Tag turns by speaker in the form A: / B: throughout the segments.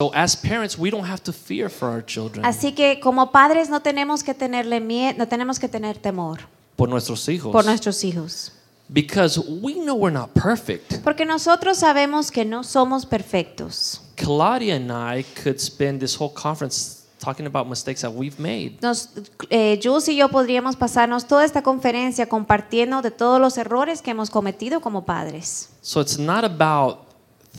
A: So as parents, we don't have to fear for our children,
B: Así que como padres no tenemos que tenerle mie- no tenemos que tener temor
A: por nuestros hijos,
B: por nuestros hijos,
A: because we know we're not perfect.
B: porque nosotros sabemos que no somos perfectos.
A: Claudia and I could spend this whole conference talking about mistakes that we've made.
B: Nos, eh, Jules y yo podríamos pasarnos toda esta conferencia compartiendo de todos los errores que hemos cometido como padres.
A: So it's not about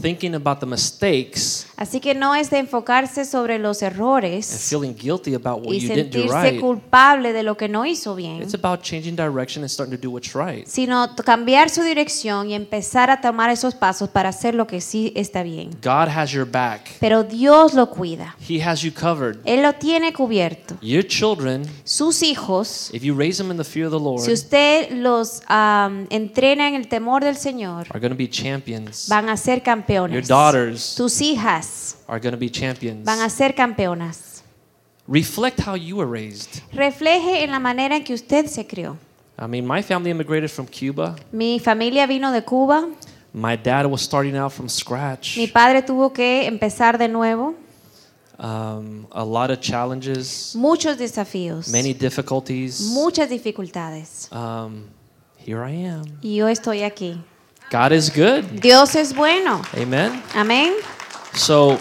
A: thinking about the mistakes
B: Así que no es de enfocarse sobre los
A: and
B: errores
A: feeling guilty about what
B: y
A: you didn't do
B: sentirse
A: right.
B: culpable de lo que no hizo bien,
A: It's about changing direction and starting to do what's right.
B: sino t- cambiar su dirección y empezar a tomar esos pasos para hacer lo que sí está bien.
A: God has your back.
B: Pero Dios lo cuida.
A: He has you covered.
B: Él lo tiene cubierto.
A: Your children,
B: Sus hijos,
A: if you raise them in the fear of the Lord,
B: si usted los am, entrena en el temor del Señor,
A: are going to be champions.
B: van a ser
A: Your
B: campeones.
A: daughters
B: Tus hijas
A: are going to be champions.
B: van a ser campeonas.
A: Reflect how you were raised.
B: Refleje en la manera en que usted se crió.
A: I mean, my family immigrated from Cuba.
B: Mi familia vino de Cuba.
A: My dad was starting out from scratch.
B: Mi padre tuvo que empezar de nuevo.
A: Um, a lot of challenges,
B: Muchos desafíos,
A: many difficulties.
B: muchas dificultades.
A: Um, here I am.
B: Y yo estoy aquí.
A: God is good.
B: Dios es bueno.
A: Amen.
B: Amén.
A: So,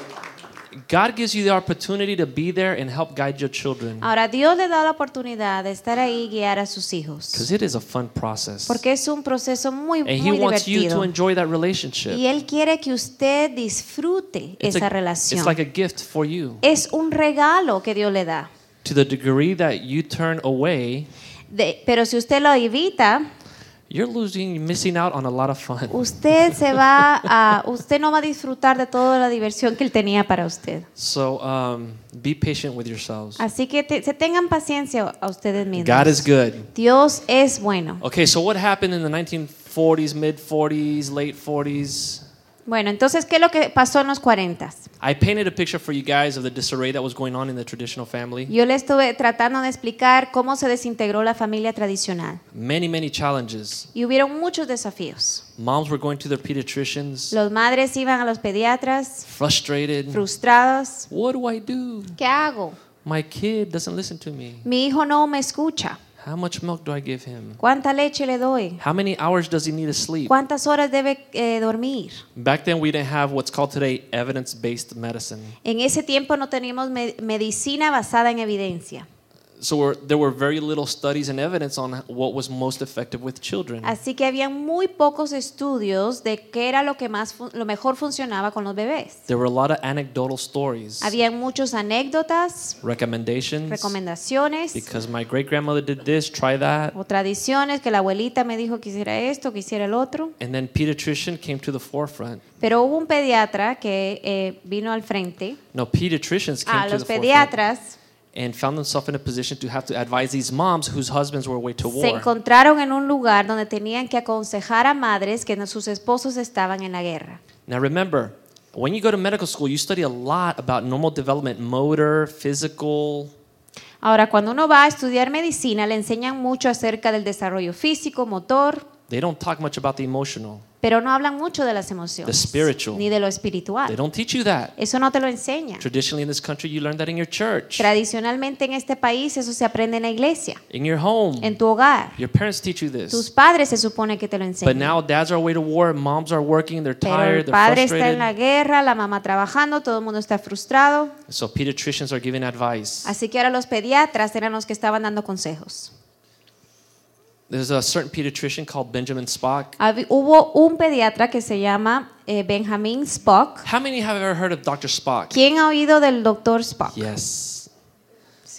A: God gives you the opportunity to be there and help guide your children
B: Ahora Dios le da la oportunidad de estar ahí y guiar a sus hijos.
A: because it is a fun process.
B: Porque es un proceso muy,
A: And He
B: muy
A: wants you to
B: divertido.
A: enjoy that relationship.
B: Y Él quiere que usted disfrute
A: It's,
B: esa
A: a,
B: relación.
A: it's like a gift for you.
B: es un regalo que Dios le da.
A: To the degree that you turn away,
B: De- pero si usted lo evita,
A: you're losing, missing out on a lot of fun.
B: usted se va a, usted no va a disfrutar de toda la diversión que él tenía para usted.
A: So um, be patient with yourselves.
B: Así que te- se tengan paciencia a ustedes
A: God
B: mismos.
A: is good.
B: Dios es bueno.
A: Okay, so what happened in the 1940s, mid 40s, late 40s?
B: Bueno, entonces qué es lo que pasó en los 40
A: I painted a picture for you guys of the disarray that was going on in the traditional family.
B: Yo le estuve tratando de explicar cómo se desintegró la familia tradicional
A: Many, many challenges.
B: y hubieron muchos desafíos.
A: Moms were going to their pediatricians,
B: Los madres iban a los pediatras
A: frustrated.
B: frustrados.
A: What do I do?
B: ¿Qué hago?
A: My kid doesn't listen to me.
B: Mi hijo no me escucha.
A: How much milk do I give him?
B: ¿Cuánta leche le doy?
A: How many hours does he need to sleep?
B: ¿Cuántas horas debe eh, dormir?
A: Back then, we didn't have what's called today evidence based medicine.
B: En ese tiempo no teníamos me- medicina basada en evidencia.
A: So we're, there were very little studies and evidence on what was most effective with children.
B: Así que había muy pocos estudios de qué era lo que más fu- lo mejor funcionaba con los bebés.
A: There were a lot of anecdotal stories,
B: Había muchas anécdotas,
A: recommendations.
B: recomendaciones
A: Because my great grandmother did this, try that.
B: o tradiciones que la abuelita me dijo que hiciera esto, que hiciera el otro.
A: And then pediatrician came to the forefront.
B: Pero hubo un pediatra que eh, vino al frente,
A: No, pediatricians came
B: a
A: to
B: Ah, los
A: the forefront
B: pediatras.
A: and found themselves in a position to have to advise these moms whose husbands were away to
B: se
A: war.
B: encontraron en un lugar donde tenían que aconsejar a madres que no- sus esposos estaban en la guerra.
A: Now remember, when you go to medical school, you study a lot about normal development, motor, physical,
B: Ahora, cuando uno va a estudiar medicina, le enseñan mucho acerca del desarrollo físico, motor,
A: They don't talk much about the emotional.
B: pero no hablan mucho de las
A: The
B: emociones
A: spiritual.
B: ni de lo
A: They
B: espiritual.
A: don't teach you that.
B: Eso no te lo enseña.
A: Traditionally in this country, you learn that in your church,
B: Tradicionalmente en este país eso se aprende en la iglesia,
A: in your home.
B: en tu hogar.
A: Your parents teach you
B: Tus
A: this.
B: padres se supone que te lo
A: But
B: enseñan.
A: now dads are away to war, moms are working, they're
B: Pero el
A: tired, they're
B: padre está en la
A: frustrated.
B: guerra, la mamá trabajando, todo el mundo está frustrado.
A: So pediatricians are giving advice.
B: Así que ahora los pediatras eran los que estaban dando consejos.
A: There's a certain pediatrician called Benjamin Spock.
B: Hab- Hubo un pediatra que se llama eh, Benjamin Spock.
A: How many have ever heard of Dr. Spock?
B: ¿Quién ha oído del doctor Spock?
A: Yes.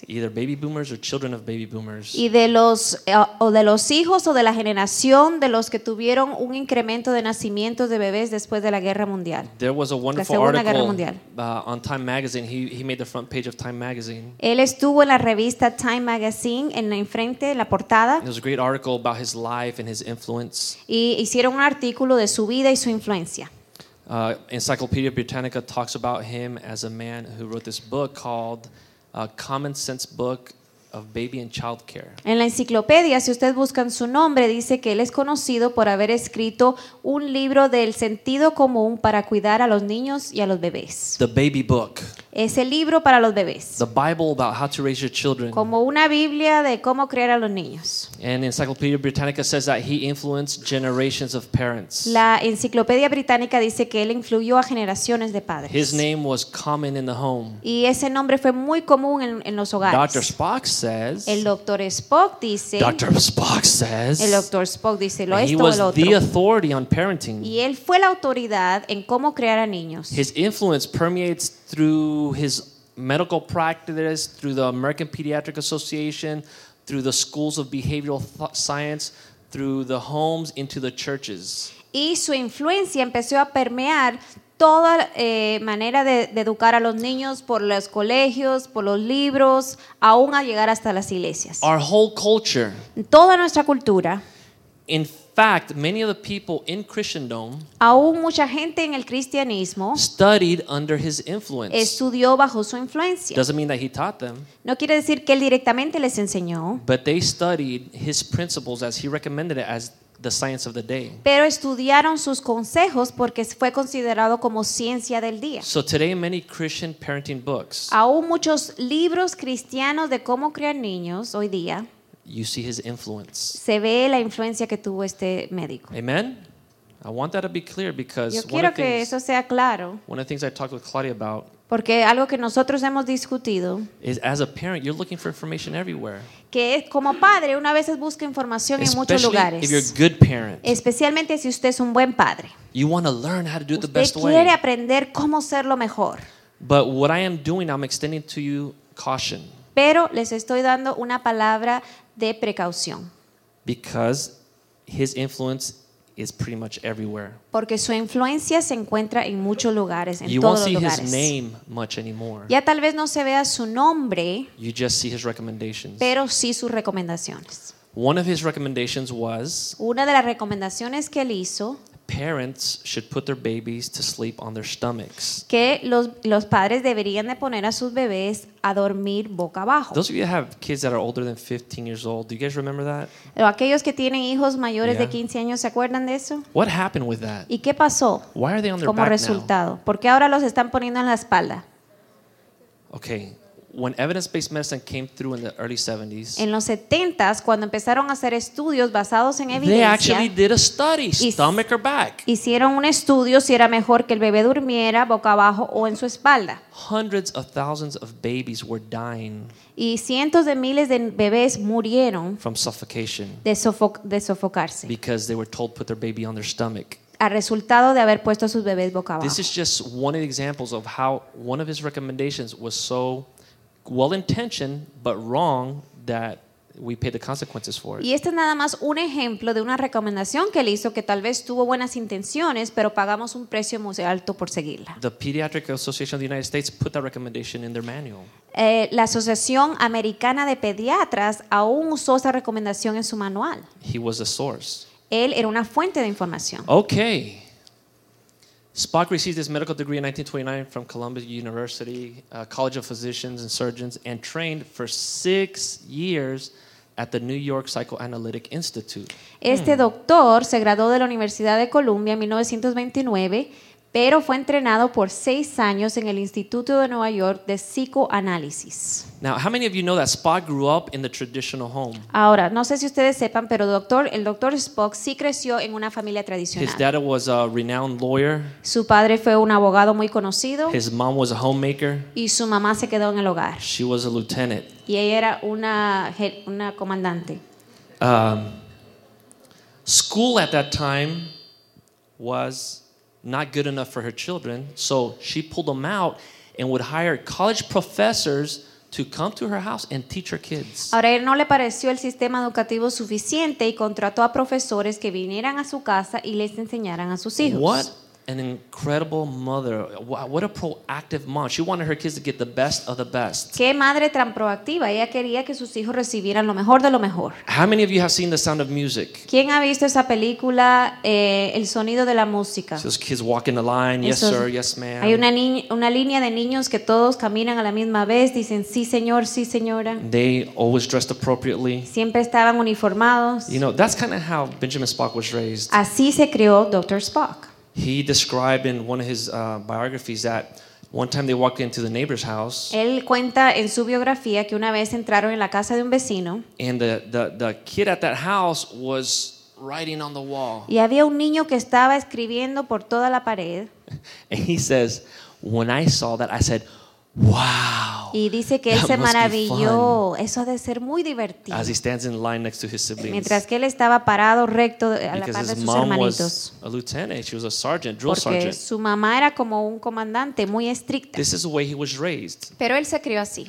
A: either baby boomers or children of baby boomers.
B: y de los eh, o de los hijos o de la generación de los que tuvieron un incremento de nacimientos de bebés después de la guerra mundial.
A: There was a wonderful
B: Segunda Guerra
A: article
B: Mundial.
A: uh, on Time Magazine. He, he made the front page of Time Magazine.
B: Él estuvo en la revista Time Magazine en la enfrente de la portada
A: There was a great article about his life and his influence.
B: y hicieron un artículo de su vida y su influencia.
A: Uh, Encyclopedia Britannica talks about him as a man who wrote this book called uh, Common Sense Book of Baby and Child Care.
B: En la enciclopedia, si ustedes buscan su nombre, dice que él es conocido por haber escrito un libro del sentido común para cuidar a los niños y a los bebés.
A: The baby book,
B: Ese libro para los bebés,
A: the Bible about how to raise your children.
B: como una Biblia de cómo criar a los niños.
A: And Encyclopedia Britannica says that he influenced generations of parents.
B: La enciclopedia británica dice que él influyó a generaciones de
A: His
B: padres.
A: name was common in the home.
B: Y ese nombre fue muy común en, en los
A: Dr.
B: hogares.
A: Spock says.
B: El doctor Spock dice,
A: Dr. Spock says.
B: el doctor Spock dice lo
A: And he
B: esto o
A: was
B: lo
A: the
B: otro.
A: authority on parenting.
B: Y él fue la autoridad en cómo crear a niños.
A: His influence permeates through his medical practice, through the American Pediatric Association, through the schools of behavioral th- science, through the homes, into the churches.
B: Y su influencia empezó a permear toda eh, manera de, de educar a los niños por los colegios, por los libros, aún a llegar hasta las iglesias.
A: Our whole culture.
B: Toda nuestra cultura,
A: In fact, many of the people in Christendom
B: aún mucha gente en el cristianismo
A: studied under his influence.
B: estudió bajo su influencia.
A: Doesn't mean that he taught them,
B: No quiere decir que él directamente les enseñó,
A: but they studied his principles as he recommended it as the science of the day.
B: pero estudiaron sus consejos porque fue considerado como ciencia del día.
A: So today, many Christian parenting books
B: Aún muchos libros cristianos de cómo criar niños hoy día
A: you see his influence.
B: se ve la influencia que tuvo este médico.
A: Amen? I want that to be clear because
B: Yo
A: one,
B: quiero
A: of
B: que
A: things,
B: eso sea claro,
A: one of the things I talked with Claudia about
B: porque algo que nosotros hemos discutido,
A: is as a parent, you're looking for information everywhere.
B: que es como padre, una vez busca información en muchos
A: Especially if you're
B: lugares,
A: a good parent,
B: especialmente si usted es un buen padre.
A: you want to learn how to do it the
B: Usted
A: best
B: quiere
A: way.
B: aprender cómo ser lo mejor,
A: But what I am doing, I'm extending to you caution
B: pero les estoy dando una palabra de precaución,
A: because his influence is pretty much everywhere.
B: porque su influencia se encuentra en muchos lugares, en
A: You won't
B: todos los
A: see his
B: lugares.
A: name much anymore.
B: Ya tal vez no se vea su nombre,
A: You just see his recommendations.
B: pero sí sus recomendaciones.
A: One of his recommendations was
B: Una de las recomendaciones que él hizo
A: parents should put their babies to sleep on their stomachs.
B: que los, los padres deberían de poner a sus bebés a dormir boca abajo.
A: Those of you that have kids that are older than 15 years old, do you guys remember that?
B: Pero aquellos que tienen hijos mayores
A: Yeah.
B: de 15 años, ¿se acuerdan de eso?
A: What happened with that?
B: ¿Y qué pasó
A: Why are they on their
B: como
A: back
B: resultado? ¿Por qué ahora los están poniendo en la espalda?
A: now? Okay. When evidence-based medicine came through in the early 70s,
B: En los 70s, cuando empezaron a hacer estudios basados en
A: they actually
B: evidencia,
A: did a study,
B: Is-
A: stomach or back.
B: hicieron un estudio si era mejor que el bebé durmiera boca abajo o en su espalda.
A: Hundreds of thousands of babies were dying
B: Y cientos de miles de bebés murieron
A: from suffocation
B: de, sofo- de sofocarse,
A: because they were told put their baby on their stomach.
B: a resultado de haber puesto a sus bebés boca abajo.
A: This is just one of the examples of how one of his recommendations was so well intentioned but wrong that we paid the consequences for it.
B: Y este es nada más un ejemplo de una recomendación que él hizo que tal vez tuvo buenas intenciones, pero pagamos un precio muy alto por seguirla.
A: The Pediatric Association of the United States put that recommendation in their manual.
B: Eh, la Asociación Americana de Pediatras aún usó esa recomendación en su manual.
A: He was a source.
B: Él era una fuente de
A: Oh.
B: información.
A: Okay. Spock received his medical degree in 1929 from Columbia University uh, College of Physicians and Surgeons and trained for six years at the New York Psychoanalytic Institute. Mm.
B: Este doctor se graduó de la Universidad de Columbia en 1929, pero fue entrenado por seis años en el Instituto de Nueva York de Psicoanálisis.
A: Now, how many of you know that Spock grew up in the traditional home?
B: Ahora, no sé si ustedes sepan, pero doctor, el doctor Spock sí creció en una familia
A: His
B: tradicional.
A: dad was a renowned lawyer.
B: Su padre fue un abogado muy conocido
A: His mom was a homemaker.
B: y su mamá se quedó en el hogar.
A: She was a lieutenant.
B: Y ella era una, je- una comandante.
A: Um, school at that time was not good enough for her children, so she pulled them out and would hire college professors to come to her house and teach her kids.
B: Ahora, él no le pareció el sistema educativo suficiente y contrató a profesores que vinieran a su casa y les enseñaran a sus hijos.
A: What an incredible mother. Wha- What a proactive mom. She wanted her kids to get the best of the best.
B: Qué madre tan proactiva. Ella quería que sus hijos recibieran lo mejor de lo mejor.
A: How many of you have seen The Sound of Music?
B: ¿Quién ha visto esa película, eh, El sonido de la música?
A: So those kids walking the line, yes
B: Esos-
A: sir, yes ma'am.
B: Hay una, ni- una línea de niños que todos caminan a la misma vez, dicen sí señor, sí señora.
A: They always dressed appropriately.
B: Siempre estaban uniformados.
A: You know, that's kind of how Benjamin Spock was raised.
B: Así se creó Dr. Spock.
A: He described in one of his uh, biographies that one time they walked into the neighbor's house
B: Él cuenta en su biografía que una vez entraron en la casa de un vecino
A: and the, the, the kid at that house was writing on the wall.
B: y había un niño que estaba escribiendo por toda la pared
A: And he says, When I saw that, I said, Wow.
B: y dice que él
A: That
B: se
A: must be
B: maravilló. Eso ha de ser muy divertido.
A: As he stands in line next to his siblings.
B: Mientras que él estaba parado recto de- a la
A: Because
B: par de
A: his
B: sus
A: mom
B: hermanitos.
A: was a lieutenant, she was a sergeant, drill
B: Porque
A: sergeant.
B: su mamá era como un comandante muy estricta.
A: This is the way he was raised.
B: Pero él se crió así.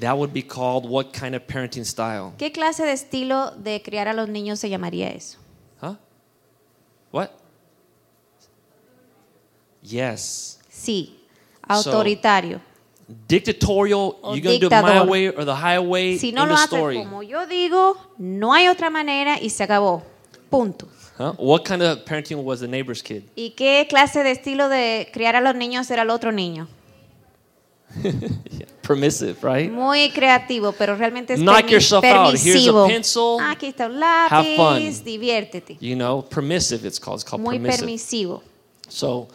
A: That would be called what kind of parenting style?
B: ¿Qué clase de estilo de criar a los niños se llamaría eso?
A: Huh? What? Yes.
B: Sí, autoritario.
A: Dictatorial,
B: O
A: you're going to do it my
B: dictador.
A: way or the highway
B: si no
A: in
B: lo
A: the
B: haces
A: story.
B: como yo digo, no hay otra manera y se acabó. Punto.
A: Huh? What kind of parenting was the neighbor's kid?
B: ¿Y qué clase de estilo de criar a los niños era el otro niño?
A: Yeah. Permissive, right?
B: Muy creativo, pero realmente es
A: Knock
B: permi-
A: yourself out. Here's a
B: permisivo. Ah,
A: pencil.
B: Aquí está un
A: Have
B: lápiz,
A: fun.
B: diviértete.
A: You know, permissive it's called. It's called
B: Muy
A: permissive.
B: permisivo.
A: So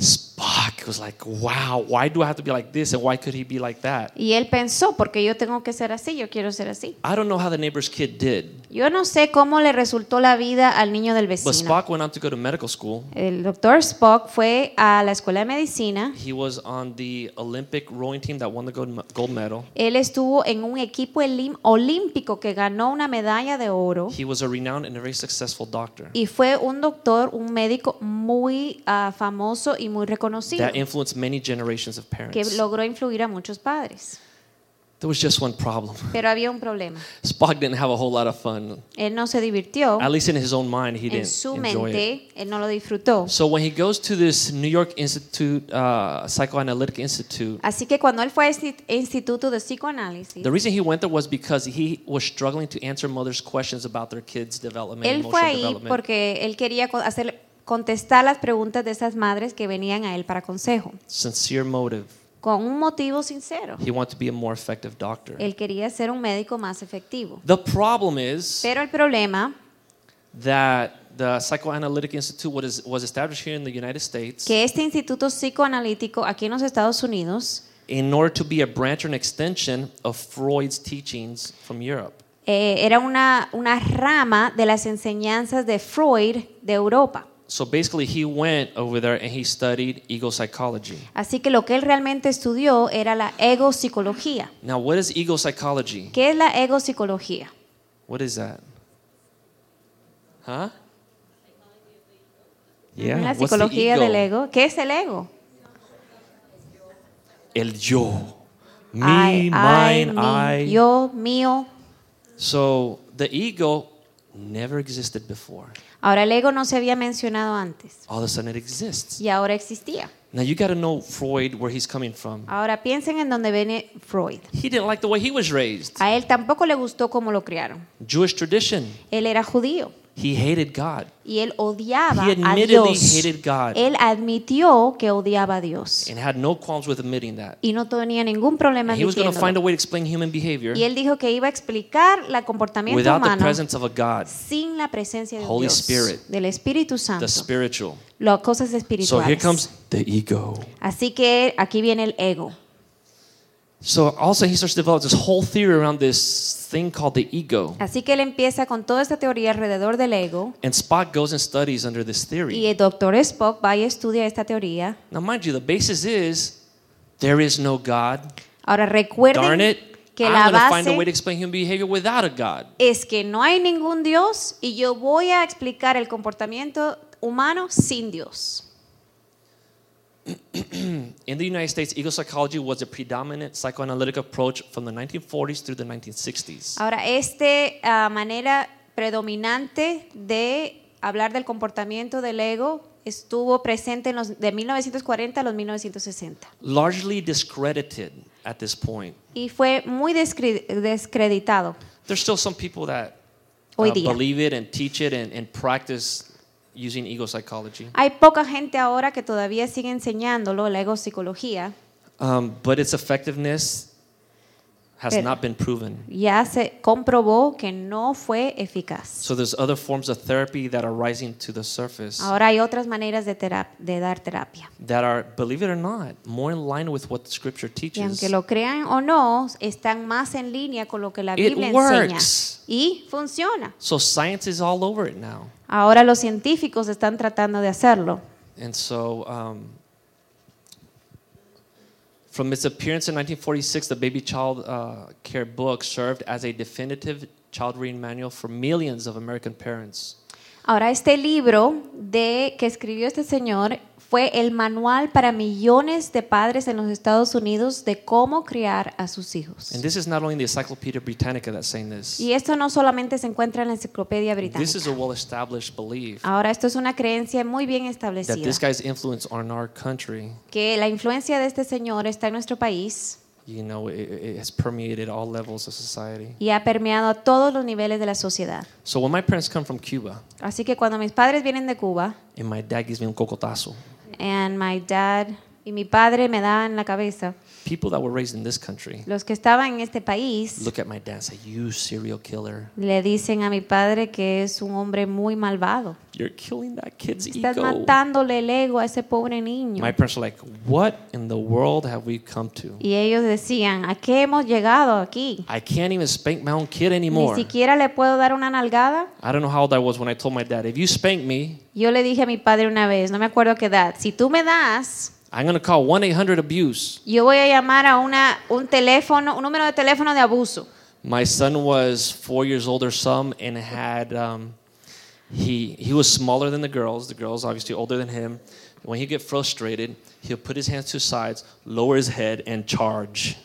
A: Spock was like, wow, why do I have to be like this and why could he be like that?
B: Y él pensó, porque yo tengo que ser así, yo quiero ser así.
A: I don't know how the neighbor's kid did,
B: Yo no sé cómo le resultó la vida al niño del
A: but
B: vecino.
A: Spock went on to go to medical school.
B: El doctor Spock fue a la escuela de medicina.
A: He was on the Olympic rowing team that won the gold, gold medal.
B: Él estuvo en un equipo elim- olímpico que ganó una medalla de oro
A: He was a renowned and a very successful doctor.
B: y fue un doctor, un médico muy ah, famoso y muy reconocido
A: That influenced many generations of
B: que
A: parents.
B: logró influir a muchos padres.
A: There was just one problem.
B: Pero había un problema.
A: Spock didn't have a whole lot of fun.
B: Él no se divirtió.
A: At least in his own mind, he
B: En
A: didn't
B: su
A: enjoy it.
B: mente, él no lo disfrutó.
A: So when he goes to this New York Institute, uh, Psychoanalytic Institute,
B: Así que cuando él fue al insti- instituto de psicoanálisis,
A: The reason he went there was because he was struggling to answer mothers' questions about their kids' development,
B: él fue
A: emotional
B: ahí
A: development.
B: porque él quería co- hacer, contestar las preguntas de esas madres que venían a él para consejo,
A: Sincere motive.
B: con un motivo sincero.
A: He wanted to be a more effective doctor.
B: Él quería ser un médico más efectivo.
A: The problem is
B: Pero el problema
A: that the Psychoanalytic Institute was, was established here in the United States
B: que este instituto psicoanalítico aquí en los Estados Unidos
A: in order to be a branch or an extension of Freud's teachings from Europe.
B: eh, era una, una rama de las enseñanzas de Freud de Europa.
A: So basically, he went over there and he studied ego psychology.
B: Así que lo que él realmente estudió era la egopsicología.
A: Now, what is ego psychology?
B: ¿Qué es la egopsicología?
A: What is that? Huh? Yeah.
B: la
A: what's the
B: psicología del
A: ego?
B: ego. ¿Qué es el ego?
A: El yo. Me,
B: I, I,
A: mine,
B: me,
A: I.
B: yo, mío.
A: So the ego never existed before.
B: Ahora el ego no se había mencionado antes
A: All of a sudden it exists.
B: y ahora existía.
A: Now you got to know Freud where he's coming from.
B: Ahora piensen en donde viene Freud.
A: He didn't like the way he was raised.
B: A él tampoco le gustó cómo lo criaron.
A: Jewish tradition.
B: Él era judío
A: He hated God.
B: y él odiaba
A: He
B: a
A: admittedly
B: Dios.
A: hated God
B: Él admitió que odiaba a Dios
A: and had no qualms with admitting that.
B: y no tenía ningún problema
A: And he was going to find a
B: admitiéndolo.
A: way to explain human behavior
B: Y él dijo que iba a explicar el comportamiento
A: without the
B: humano
A: presence of a God,
B: sin la presencia de
A: Holy
B: Dios,
A: Spirit.
B: del Espíritu Santo,
A: the spiritual.
B: las cosas
A: So here comes
B: espirituales.
A: the ego.
B: Así que aquí viene el ego.
A: So also he starts to develop this whole theory around this thing called the ego.
B: Así que él empieza con toda esta teoría alrededor del ego
A: And Spock goes and studies under this
B: y
A: theory.
B: el doctor Spock va y estudia esta teoría.
A: Now mind you, the basis is there is no God.
B: Ahora
A: Darn
B: recuerden
A: it.
B: que la
A: I'm going to find a way to
B: base
A: explain human behavior without a God.
B: es que no hay ningún Dios y yo voy a explicar el comportamiento humano sin Dios.
A: In the United States, ego psychology was a predominant psychoanalytic approach from the 1940s through the 1960s.
B: Ahora, esta manera predominante de hablar del comportamiento del ego estuvo presente en los, de 1940 a los 1960
A: Largely discredited at this point.
B: y fue muy descre- descreditado.
A: There's still some people that uh,
B: Hoy día.
A: believe it and teach it and, and practice using ego psychology.
B: Hay poca gente ahora que todavía sigue enseñándolo, la ego psicología.
A: Um, but its effectiveness has
B: Pero-
A: not been proven.
B: Ya se comprobó que no fue eficaz.
A: So there's other forms of therapy that are rising to the surface
B: Ahora hay otras maneras de, terap- de dar terapia.
A: that are, believe it or not, more in line with what the scripture
B: Y
A: teaches.
B: aunque lo crean o no, están más en línea con lo que la
A: It
B: Biblia enseña.
A: works.
B: Y funciona.
A: So science is all over it now.
B: Ahora los científicos están tratando de hacerlo.
A: And so, um, from its appearance in 1946, the Baby Child uh, Care book served as a definitive child reading manual for millions of American parents.
B: Ahora este libro de que escribió este señor fue el manual para millones de padres en los Estados Unidos de cómo criar a sus hijos.
A: And this is not only the Encyclopedia Britannica that's saying this,
B: Y esto no solamente se encuentra en la enciclopedia
A: this is a
B: británica.
A: well established belief
B: Ahora esto es una creencia muy bien
A: that this
B: establecida
A: guy's influence on our country.
B: que la influencia de este señor está en nuestro país
A: You know, it, it has permeated all levels of society.
B: y ha permeado a todos los niveles de la sociedad.
A: So when my parents come from Cuba,
B: Así que cuando mis padres vienen de Cuba,
A: and my dad gives me un cocotazo,
B: and my dad y mi padre me dan la cabeza,
A: people that were raised in this country
B: los que estaban en este país
A: look at my dad and say, "You serial killer."
B: le dicen a mi padre que es un hombre muy malvado.
A: You're killing that kid's
B: Estás
A: ego.
B: matándole el ego a ese pobre niño.
A: My parents are like, what in the world have we come to?
B: Y ellos decían, ¿a qué hemos llegado aquí?
A: I can't even spank my own kid
B: Ni
A: anymore.
B: siquiera le puedo dar una nalgada.
A: I don't know how old I was when I told my dad, if you spank me,
B: Yo le dije a mi padre una vez, no me acuerdo qué edad, si tú me das,
A: I'm going to call 1 800 abuse.
B: yo voy a llamar a una, un teléfono, un número de teléfono de abuso.
A: My son was four years old or some and had, um, he, he was smaller than the girls. The girls, obviously, older than him. When he get frustrated, he'll put his hands to his sides, lower his head, and charge.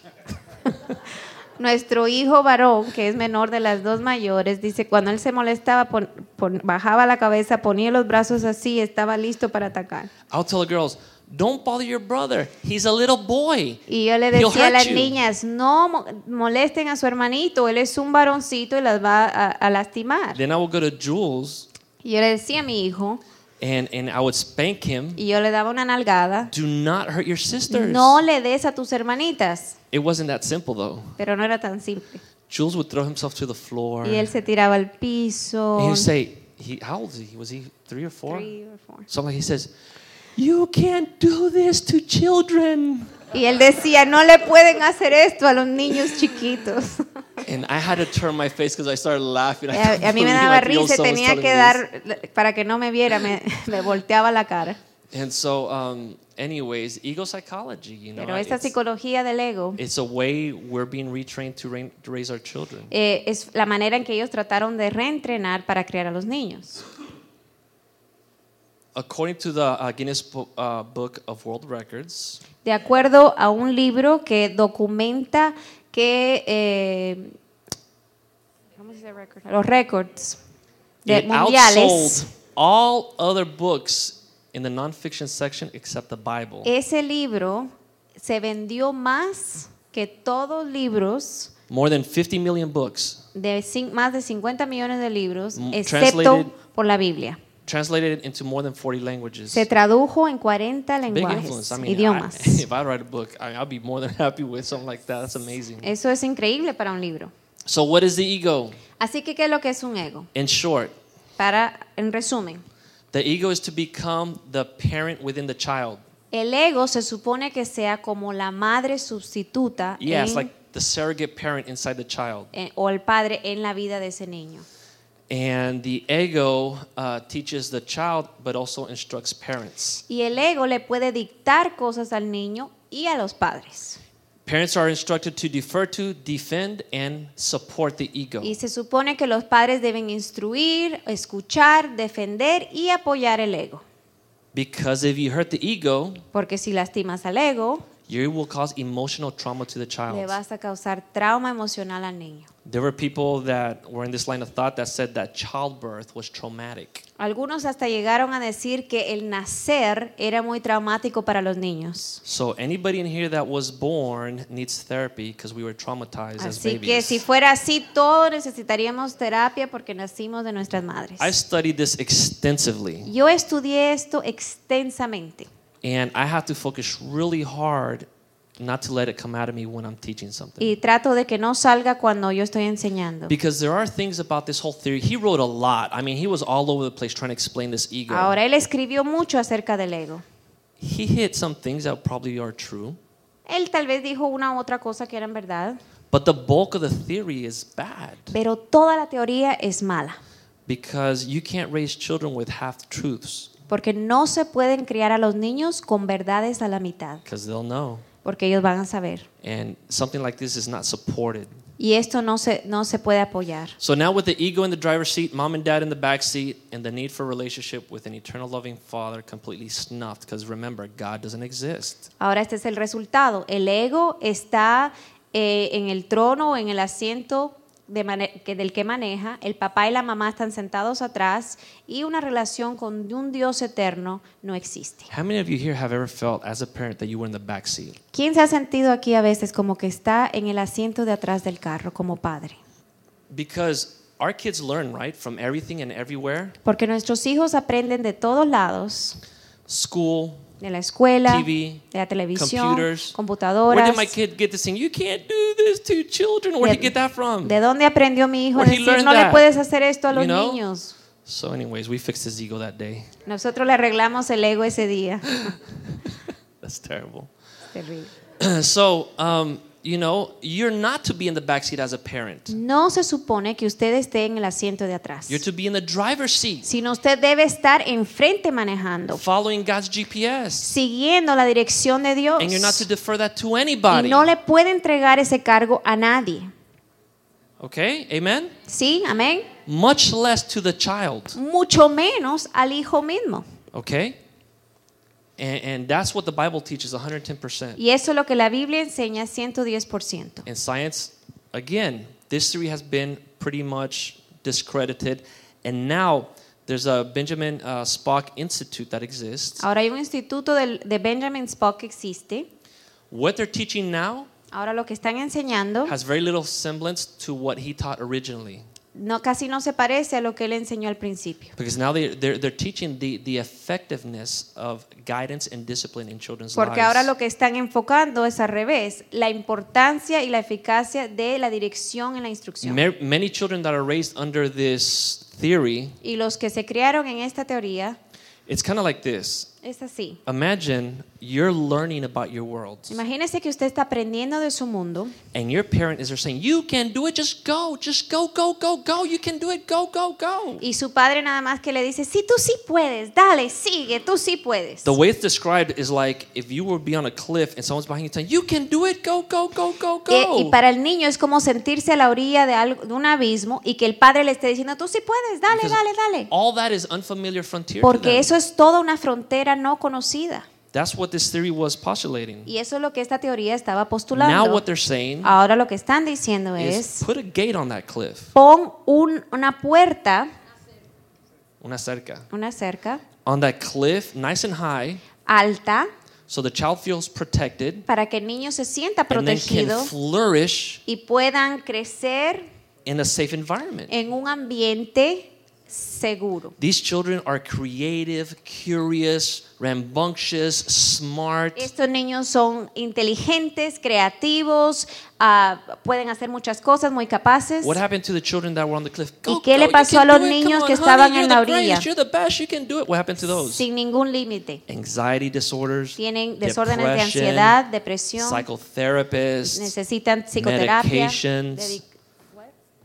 B: Nuestro hijo varón, que es menor de las dos mayores, dice, cuando él se molestaba, pon- pon- bajaba la cabeza, ponía los brazos así, estaba listo para atacar.
A: I'll tell the girls, don't bother your brother. He's a little boy.
B: Y yo le
A: He'll
B: decía a
A: hurt
B: las
A: you."
B: niñas, no mo- molesten a su hermanito, él es un varoncito y las va a, a lastimar.
A: Then I would go to Jules
B: Y yo le decía a mi hijo,
A: and, and I would spank him.
B: y yo le daba una nalgada,
A: Do not hurt your sisters.
B: no le des a tus hermanitas,
A: It wasn't that simple though.
B: pero no era tan simple.
A: Jules would throw himself to the floor.
B: Y él se tiraba al
A: and he
B: piso.
A: would say, he, how old was he? Was he three or four?
B: Three or four.
A: Something like he says, You can't do this to children.
B: Y él decía, no le pueden hacer esto a los niños chiquitos.
A: And I had to turn my face because I started laughing. I
B: Y A,
A: couldn't
B: Eh, a mí
A: believe,
B: me daba
A: like, the old
B: risa,
A: someone's
B: tenía
A: telling
B: que
A: me this.
B: dar, para que no me viera, me, me volteaba la cara.
A: And so, um, anyways, ego psychology, you know.
B: Pero esta
A: it's,
B: psicología del ego
A: it's a way we're being retrained to, rein, to raise our children.
B: eh, es la manera en que ellos trataron de reentrenar para criar a los niños.
A: According to the uh, Guinness Bo- uh, Book of World Records,
B: De acuerdo a un libro que documenta que eh, ¿cómo se dice record? los récords de-
A: It
B: mundiales.
A: outsold all other books in the nonfiction section except the Bible.
B: Ese libro se vendió más que todos libros
A: More than 50 million books
B: de cin- más de 50 millones de libros,
A: Mm,
B: excepto
A: translated.
B: por la Biblia.
A: translated into more than 40 languages.
B: Se tradujo en 40
A: Big influence.
B: lenguajes,
A: I mean,
B: idiomas.
A: I- if I write a book, I, I'll be more than happy with something like that. That's amazing.
B: Eso es increíble para un libro.
A: So, what is the ego?
B: Así que, ¿qué es lo que es un ego?
A: In short,
B: Para, en resumen,
A: the ego is to become the parent within the child.
B: el ego se supone que sea como la madre sustituta
A: Yeah, it's
B: en-
A: like the surrogate parent inside the child.
B: en- o el padre en la vida de ese niño.
A: And the ego uh, teaches the child, but also instructs parents.
B: Y el ego le puede dictar cosas al niño y a los padres.
A: Parents are instructed to defer to, defend, and support the ego.
B: Y se supone que los padres deben instruir, escuchar, defender y apoyar el ego.
A: Because if you hurt the ego,
B: Porque si lastimas al ego,
A: you will cause emotional trauma to the
B: le
A: child.
B: vas a causar trauma emocional al niño.
A: There were people that were in this line of thought that said that childbirth was traumatic.
B: Algunos hasta llegaron a decir que el nacer era muy traumático para los niños.
A: So anybody in here that was born needs therapy because we were traumatized as
B: Así que
A: babies.
B: si fuera así, todos necesitaríamos terapia porque nacimos de nuestras madres.
A: I studied this extensively
B: Yo estudié esto extensamente
A: and I have to focus really hard not to let it come out of me when I'm teaching something.
B: y trato de que no salga cuando yo estoy enseñando.
A: Because there are things about this whole theory. He wrote a lot. I mean, he was all over the place trying to explain this ego.
B: Ahora, él escribió mucho acerca del ego.
A: He hit some things that probably are true,
B: Él tal vez dijo una u otra cosa que eran verdad,
A: but the bulk of the theory is bad
B: pero toda la teoría es mala,
A: because you can't raise children with half truths
B: porque no se pueden criar a los niños con verdades a la mitad,
A: because they'll know.
B: porque ellos van a saber.
A: And something like this is not supported.
B: Y esto no se, no se puede apoyar.
A: So now with the ego in the driver's seat, mom and dad in the back seat, and the need for relationship with an eternal loving father completely snuffed because remember, God doesn't exist.
B: Ahora este es el resultado. El ego está eh, en el trono o en el asiento de mane- que- del que maneja, el papá y la mamá están sentados atrás y una relación con un Dios eterno no existe.
A: How many of you here have ever felt as a parent that you were in the back seat?
B: ¿Quién se ha sentido aquí a veces como que está en el asiento de atrás del carro como padre?
A: Because our kids learn, right, from everything and everywhere
B: Porque nuestros hijos aprenden de todos lados,
A: school,
B: de la escuela,
A: TV,
B: de la televisión,
A: computers. Where
B: computadoras.
A: did my kid get this thing? You can't do this to children. Where'd
B: De-
A: he get that from?
B: ¿De dónde aprendió mi hijo a
A: Where he
B: decir
A: learned
B: no le
A: that.
B: puedes hacer esto a los
A: You know?
B: niños?
A: So, anyways, we fixed his ego that day.
B: Nosotros le arreglamos el ego ese día.
A: That's terrible.
B: Terrible.
A: so, um, you know, you're not to be in the back seat as a parent.
B: No se supone que usted esté en el asiento de atrás,
A: You're to be in the driver's seat,
B: sino usted debe estar enfrente manejando,
A: following God's GPS.
B: siguiendo la dirección de Dios.
A: And you're not to defer that to
B: Y
A: anybody.
B: no le puede entregar ese cargo a nadie.
A: Okay? Amen?
B: ¿Sí? Amén.
A: Much less to the child.
B: Mucho menos al hijo mismo.
A: Okay? And, and that's what the Bible teaches 110%.
B: Y eso es lo que la Biblia enseña 110%.
A: And science, again, this theory has been pretty much discredited. And now there's a Benjamin uh, Spock Institute that exists.
B: Ahora hay un instituto del- de Benjamin Spock que existe.
A: What they're teaching now
B: Ahora lo que están enseñando
A: has very little semblance to what he taught originally.
B: no, casi no se parece a lo que él enseñó al principio.
A: Because now they, they're, they're teaching the, the effectiveness of guidance and discipline in children's
B: Porque
A: lives.
B: ahora lo que están enfocando es al revés, la importancia y la eficacia de la dirección en la instrucción.
A: Ma- many children that are raised under this theory,
B: y los que se crearon en esta teoría
A: it's kind of like this.
B: es así.
A: Imagine you're learning about your world,
B: Imagínese que usted está aprendiendo de su mundo
A: and your parent is there saying, You can do it, just go, just go, go, go, go, you can do it, go, go, go.
B: y su padre nada más que le dice, sí, tú sí puedes, dale, sigue, tú sí puedes.
A: The way it's described is like if you would be on a cliff and someone's behind you saying, You can do it, go, go, go, go,
B: Eh,
A: go.
B: y para el niño es como sentirse a la orilla de, algo, de un abismo y que el padre le esté diciendo, tú sí puedes, dale,
A: Because
B: dale, dale.
A: All that is unfamiliar frontier. to them.
B: Porque eso es toda una frontera no conocida.
A: That's what this theory was postulating.
B: Y eso es lo que esta teoría estaba postulando.
A: Now what they're saying
B: Ahora lo que están diciendo
A: is
B: es,
A: put a gate on that cliff,
B: pon un- una puerta,
A: una cerca,
B: una cerca
A: on that cliff, nice and high,
B: alta,
A: so the child feels protected
B: para que el niño se sienta
A: and then can
B: protegido
A: flourish
B: y puedan crecer
A: in a safe environment.
B: en un ambiente seguro.
A: These children are creative, curious, rambunctious, smart.
B: Estos niños son inteligentes, creativos, ah, pueden hacer muchas cosas, muy capaces.
A: What happened to the children that were on the cliff?
B: ¿Y qué le
A: you
B: pasó
A: can
B: a
A: do
B: los
A: it. Come
B: niños
A: on,
B: que
A: honey,
B: estaban
A: you're
B: en
A: the
B: la
A: greatest,
B: orilla?
A: You're the best. You can do it. What happened to those?
B: Sin ningún límite.
A: Anxiety disorders.
B: Tienen desórdenes de
A: depression,
B: ansiedad, depresión.
A: Psychotherapists.
B: Necesitan psicoterapia,
A: medications,
B: dedi-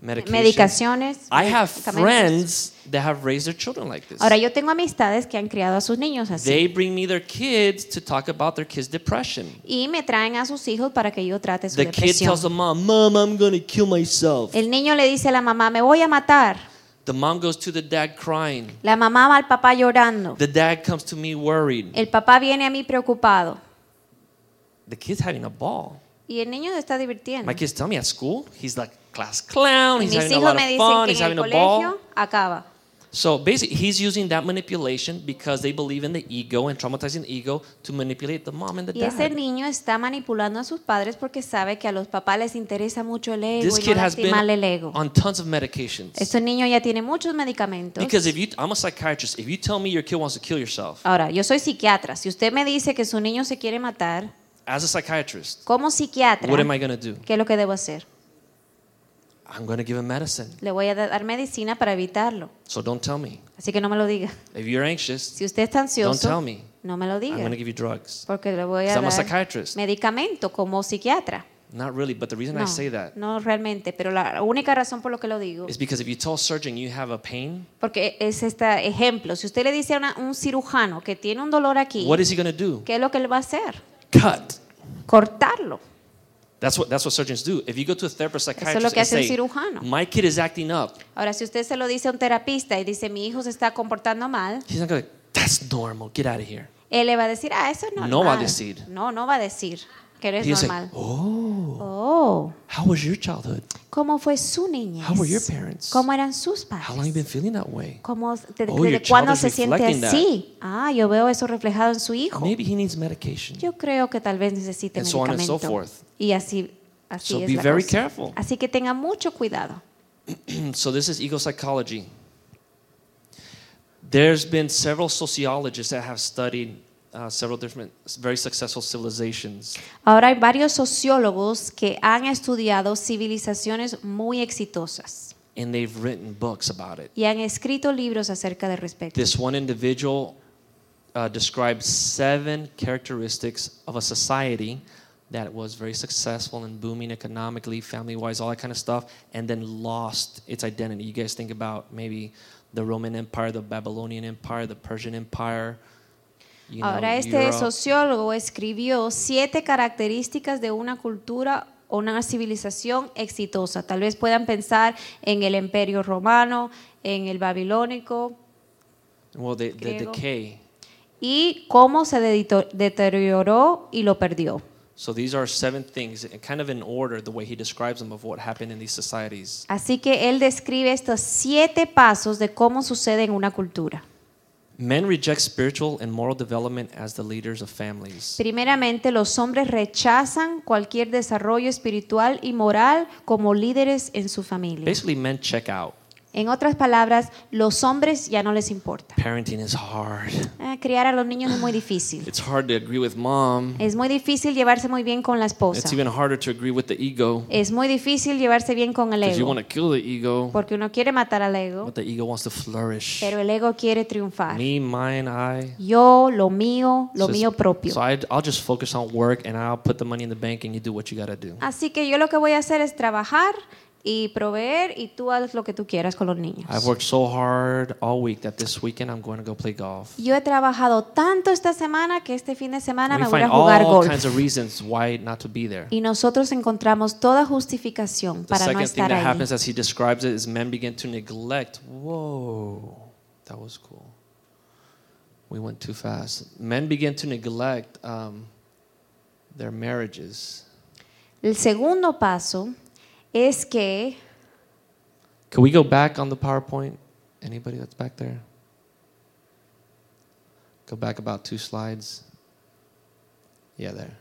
A: medications.
B: medicaciones.
A: I have
B: medicamentos.
A: friends that have raised their children like this.
B: Ahora yo tengo amistades que han criado a sus niños así.
A: They bring me their kids to talk about their kids' depression.
B: y me traen a sus hijos para que yo trate su
A: The kid
B: depresión. Eh.
A: tells the mom, "Mom, I'm gonna kill myself."
B: El niño le dice a la mamá, me voy a matar.
A: The mom goes to the dad crying.
B: La mamá va al papá llorando.
A: The dad comes to me worried.
B: El papá viene a mí preocupado.
A: The kid's having a ball.
B: Y el niño se está divirtiendo.
A: My kids tell me at school, he's like class clown,
B: Y
A: he's
B: Mis
A: having a
B: hijos
A: lot
B: me
A: of
B: dicen
A: fun,
B: que
A: he's
B: en el
A: having a ball.
B: colegio acaba.
A: So basically, he's using that manipulation because they believe in the ego and traumatizing the ego to manipulate the mom and the
B: Y ese
A: dad.
B: niño está manipulando a sus padres porque sabe que a los papás les interesa mucho el ego
A: This
B: y no
A: kid has been
B: lastimarle el ego.
A: on tons of medications.
B: Este niño ya tiene muchos medicamentos.
A: Because if you, I'm a psychiatrist, if you tell me your kid wants to kill yourself,
B: Ahora, yo soy psiquiatra. Si usted me dice que su niño se quiere matar,
A: as a psychiatrist,
B: como psiquiatra,
A: what am I going to do?
B: ¿qué es lo que debo hacer?
A: I'm going to give him medicine.
B: Le voy a dar medicina para evitarlo.
A: So don't tell me.
B: Así que no me lo diga.
A: If you're anxious,
B: Si usted está
A: tell
B: ansioso,
A: me.
B: no me lo
A: I'm
B: diga.
A: going to give you drugs.
B: Porque le voy
A: 'Cause
B: a
A: I'm a
B: dar
A: psychiatrist.
B: medicamento como psiquiatra.
A: Not really, but the reason I
B: No,
A: say that
B: no realmente, pero la única razón por lo que lo digo
A: is because if you tell a surgeon you have a pain,
B: Porque es este ejemplo. Si usted le dice a una- un cirujano que tiene un dolor aquí,
A: what is he going to do?
B: ¿qué es lo que él va a hacer?
A: Cut.
B: Cortarlo.
A: That's what that's what surgeons do. If you go to a therapist,
B: es lo
A: psychiatrist,
B: que
A: and
B: hace un
A: say,
B: cirujano.
A: "My kid is acting up,"
B: Ahora, si usted se lo dice a un terapista y dice, mi hijo se está comportando mal,
A: he's not going. to That's normal. Get out of here.
B: él le va a decir, ah, eso es
A: No
B: normal.
A: va a decir.
B: No, no va a decir que eres
A: He's like,
B: normal.
A: "Oh,
B: Oh,
A: how was your childhood?
B: ¿cómo fue su niñez?
A: How were your parents?
B: ¿Cómo eran sus
A: How long you
B: padres?
A: been feeling that way?
B: ¿Cómo, de-
A: Oh, your
B: ¿Desde
A: child
B: cuándo
A: is
B: se siente
A: reflecting that.
B: así? Ah, yo veo eso reflejado en su hijo.
A: Maybe he needs medication."
B: Yo creo que tal vez necesite
A: And so on and
B: medicamento.
A: so forth.
B: Y así, así
A: So
B: es
A: be
B: la
A: very
B: cosa.
A: careful.
B: Así que tenga mucho cuidado.
A: so this is ego psychology. There's been several sociologists that have studied uh, several different, very successful civilizations.
B: Ahora hay varios sociólogos que han estudiado civilizaciones muy exitosas
A: and they've written books about it.
B: y han escrito libros acerca de respecto.
A: This one individual uh, described seven characteristics of a society that was very successful and booming economically, family wise, all that kind of stuff, and then lost its identity. You guys think about maybe the Roman Empire, the Babylonian Empire, the Persian Empire. You know,
B: Ahora este
A: Europe.
B: sociólogo escribió siete características de una cultura o una civilización exitosa. Tal vez puedan pensar en el imperio romano, en el babilónico
A: well, the, the
B: griego.
A: decay.
B: y cómo se dedito- deterioró y lo perdió.
A: So these are seven things, uh, kind of in order, the way he describes them of what happened in these societies.
B: Así que él describe estos siete pasos de cómo sucede en una cultura.
A: Men reject spiritual and moral development as the leaders of families.
B: Primeramente, los hombres rechazan cualquier desarrollo espiritual y moral como líderes en su familia.
A: Basically, men check out.
B: En otras palabras, los hombres ya no les importa.
A: Parenting is hard.
B: Eh, criar a los niños es muy difícil.
A: It's hard to agree with mom.
B: Es muy difícil llevarse muy bien con la esposa.
A: It's even harder to agree with the ego
B: Es muy difícil llevarse bien con el
A: because you want
B: ego.
A: to kill the ego,
B: Porque uno quiere matar al ego,
A: but the ego wants to flourish.
B: pero el ego quiere triunfar.
A: Me, mine, I.
B: Yo, lo mío, lo
A: So-
B: mío propio.
A: So I, I'll just focus on work and I'll put the money in the bank and you do what you got to do.
B: Así que yo lo que voy a hacer es trabajar y proveer y tú haz lo que tú quieras con los niños.
A: I've worked so hard all week that this weekend I'm going to go play golf.
B: Yo he trabajado tanto esta semana que este fin de semana
A: We
B: me voy a
A: find
B: jugar
A: all kinds
B: golf.
A: of reasons why not to be there.
B: Y nosotros encontramos toda justificación
A: The
B: para no
A: second thing
B: estar
A: that
B: ahí.
A: happens as he describes it is men begin to neglect. Whoa, that was cool. We went too fast. Men begin to neglect um, their marriages.
B: El segundo paso es que
A: Can we go back on the PowerPoint? Anybody that's back there? Go back about two slides. Yeah, there.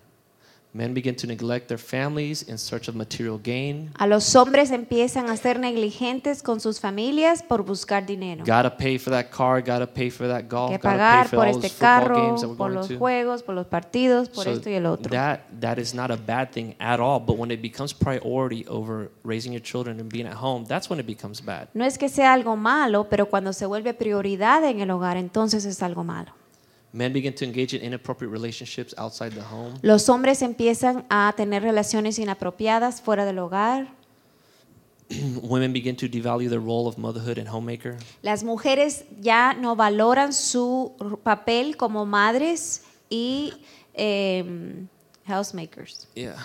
A: Men begin to neglect their families in search of material gain.
B: a los hombres empiezan a ser negligentes con sus familias por buscar dinero.
A: Gotta pay for that car, gotta pay for that golf,
B: que
A: gotta pay
B: pagar
A: for
B: por
A: all
B: este
A: those football
B: carro,
A: games that we're
B: por
A: going
B: los
A: to.
B: juegos, por los partidos, por
A: So
B: esto y el otro.
A: That that is not a bad thing at all. But when it becomes priority over raising your children and being at home, that's when it becomes bad.
B: No es que sea algo malo, pero cuando se vuelve prioridad en el hogar, entonces es algo malo.
A: Men begin to engage in inappropriate relationships outside the home.
B: Los hombres empiezan a tener relaciones inapropiadas fuera del hogar.
A: Women begin to devalue their role of motherhood and homemaker.
B: Las mujeres ya no valoran su r- papel como madres y em, housemakers.
A: Yeah.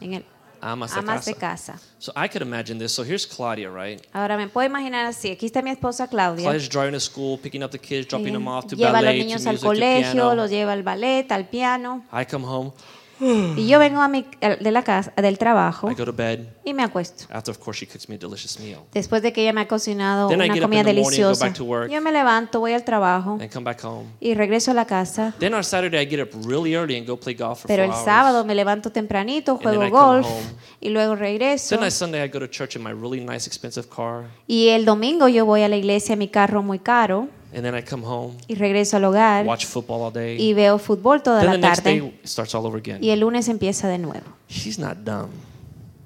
B: En el-
A: amas de
B: amas de
A: casa.
B: casa.
A: So I could imagine this. So here's Claudia, right?
B: Ahora me puedo imaginar así. Aquí está mi esposa Claudia.
A: Claudia's driving to school, picking up the kids, dropping them off to
B: lleva a los
A: ballet, to
B: niños
A: music,
B: al
A: to
B: colegio,
A: piano.
B: los lleva al ballet, al piano.
A: I come home,
B: Y yo vengo a mi, al- de la casa, del trabajo
A: I go to bed.
B: y me acuesto.
A: After, of course, she cooks me a delicious meal.
B: Después de que ella me ha cocinado
A: Then I
B: una
A: get up
B: comida
A: in the morning, go
B: deliciosa,
A: back to work.
B: yo me levanto, voy al trabajo
A: Then come back home.
B: y regreso a la casa.
A: Then on Saturday, I get up really early and go play golf for
B: Pero
A: four
B: el
A: hours.
B: sábado me levanto tempranito,
A: then I
B: juego
A: come
B: golf
A: home.
B: y luego regreso.
A: Then on Sunday, I go to church in my really nice, expensive car.
B: Y el domingo yo voy a la iglesia en mi carro muy caro
A: And then I come home,
B: y regreso al hogar
A: watch football all day.
B: y veo fútbol toda
A: then the
B: la
A: next
B: tarde
A: day, it starts all over again.
B: y el lunes empieza de nuevo.
A: She's not dumb.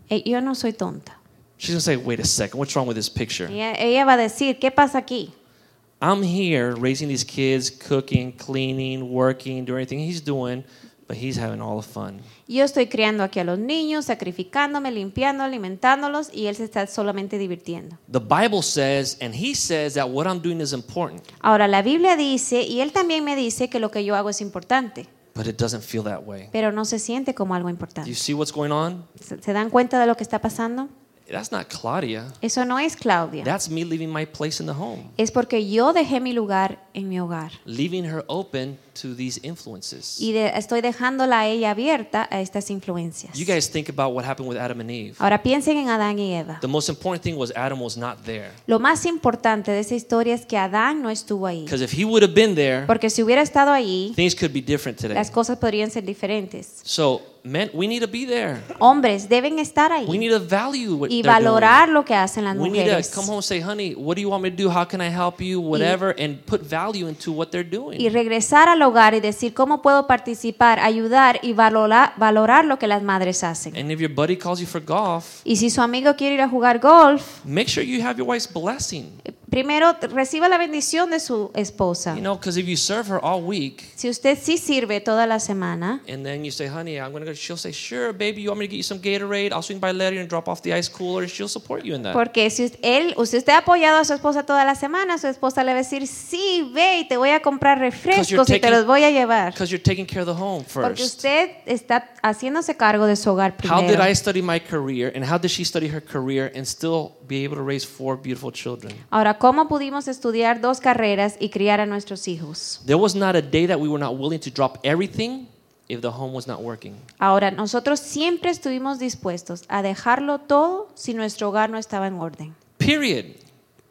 B: Eh, Yo no soy tonta.
A: She's gonna say, "Wait a second, what's wrong with this picture?
B: Ella, ella va a decir, ¿qué pasa aquí?
A: I'm here raising these kids, cooking, cleaning, working, doing everything he's doing, but he's having all the fun.
B: Yo estoy criando aquí a los niños, sacrificándome, limpiando, alimentándolos y él se está solamente divirtiendo.
A: The Bible says, and he says that what I'm doing is important,
B: Ahora, la Biblia dice, y él también me dice que lo que yo hago es importante,
A: but it doesn't feel that way.
B: pero no se siente como algo
A: Do
B: importante.
A: you see what's going on?
B: ¿Se se dan cuenta de lo que está pasando?
A: That's not Claudia.
B: Eso no es Claudia.
A: That's me leaving my place in the home,
B: Es porque yo dejé mi lugar en mi hogar
A: leaving her open to these influences.
B: y de- estoy dejándola a ella abierta a estas influencias.
A: You guys think about what happened with Adam and Eve.
B: Ahora piensen en Adán y Eva.
A: The most important thing was Adam was not there.
B: Lo más importante de esa historia es que Adán no estuvo ahí.
A: Because if he would have been there,
B: Porque si hubiera estado ahí,
A: things could be different today.
B: las cosas podrían ser diferentes.
A: So, men, we need to be there.
B: Hombres deben estar
A: We
B: ahí
A: need to value what
B: y
A: they're
B: valorar lo que hacen las
A: doing. We need to
B: mujeres.
A: come home and say, honey, what do you want me to do? How can I help you? Whatever, and put value into what they're doing.
B: Y regresar al hogar y decir cómo puedo participar, ayudar y valorar, valorar lo que las madres hacen.
A: And if your buddy calls you for golf,
B: Y si su amigo quiere ir a jugar golf,
A: make sure you have your wife's blessing.
B: eh, primero t- reciba la bendición de su esposa.
A: You know, because if you serve her all week,
B: Si usted sí sirve toda la semana
A: and then you say, honey, I'm going to go, she'll say, sure, baby, you want me to get you some Gatorade? I'll swing by later and drop off the ice cooler. She'll support you in that.
B: Porque si us- él, usted, usted ha apoyado a su esposa toda la semana, su esposa le va a decir, sí, ve y te voy a comprar refrescos y te
A: taking-
B: los voy a llevar.
A: Because you're taking care of the home
B: Porque
A: first.
B: usted está haciéndose cargo de su hogar
A: How did
B: primero.
A: I study my career, and how did she study her career and still be able to raise four beautiful children?
B: Ahora, ¿cómo pudimos estudiar dos carreras y criar a nuestros hijos?
A: There was not a day that we were not willing to drop everything if the home was not working.
B: Ahora, nosotros siempre estuvimos dispuestos a dejarlo todo si nuestro hogar no estaba en orden.
A: Period.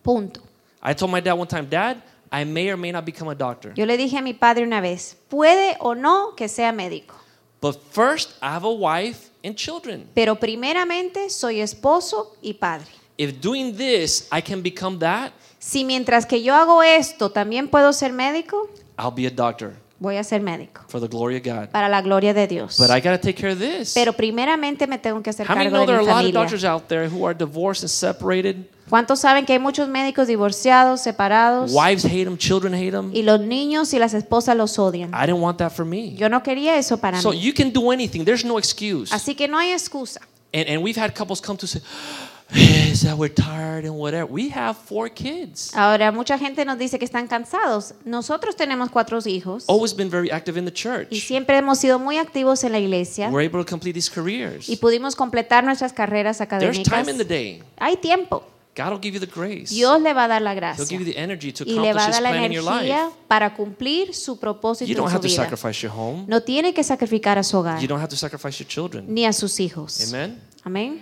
B: Punto.
A: I told my dad one time, Dad, I may or may not become a doctor,
B: Yo le dije a mi padre una vez, puede o no que sea médico,
A: but first I have a wife and children.
B: pero primeramente soy esposo y padre.
A: If doing this I can become that,
B: Si mientras que yo hago esto también puedo ser médico,
A: I'll be a doctor
B: voy a ser médico
A: for the glory of God.
B: para la gloria de Dios.
A: But I got to take care of this.
B: Pero primeramente me tengo que hacer
A: How many
B: cargo
A: know there
B: de
A: are a
B: mi
A: lot of doctors
B: familia.
A: out there who are divorced and separated?
B: ¿Cuántos saben que hay muchos médicos divorciados, separados
A: Wives hate them, children hate them.
B: y los niños y las esposas los odian?
A: I didn't want that for me.
B: Yo no quería eso para
A: So
B: mí.
A: you can do anything. There's no excuse.
B: Así que no hay excusa.
A: And, and we've had couples come to say, yes, that we're tired and whatever. We have four kids.
B: Ahora, mucha gente nos dice que están cansados. Nosotros tenemos cuatro hijos
A: Always been very active in the
B: y
A: church.
B: siempre hemos sido muy activos en la iglesia
A: We're able to complete these careers.
B: y pudimos completar nuestras carreras
A: There's
B: académicas.
A: time in the day.
B: Hay tiempo.
A: God will give you the grace.
B: Dios le va a dar la
A: He'll
B: gracia.
A: give you the energy to
B: y le
A: accomplish
B: va a
A: His
B: dar la
A: plan in your
B: energía
A: life.
B: para cumplir su propósito
A: You
B: en
A: don't
B: su
A: have to
B: vida.
A: sacrifice your home.
B: No tiene que sacrificar a su hogar
A: You don't have to sacrifice your children.
B: ni a sus hijos.
A: Amen.
B: Amén.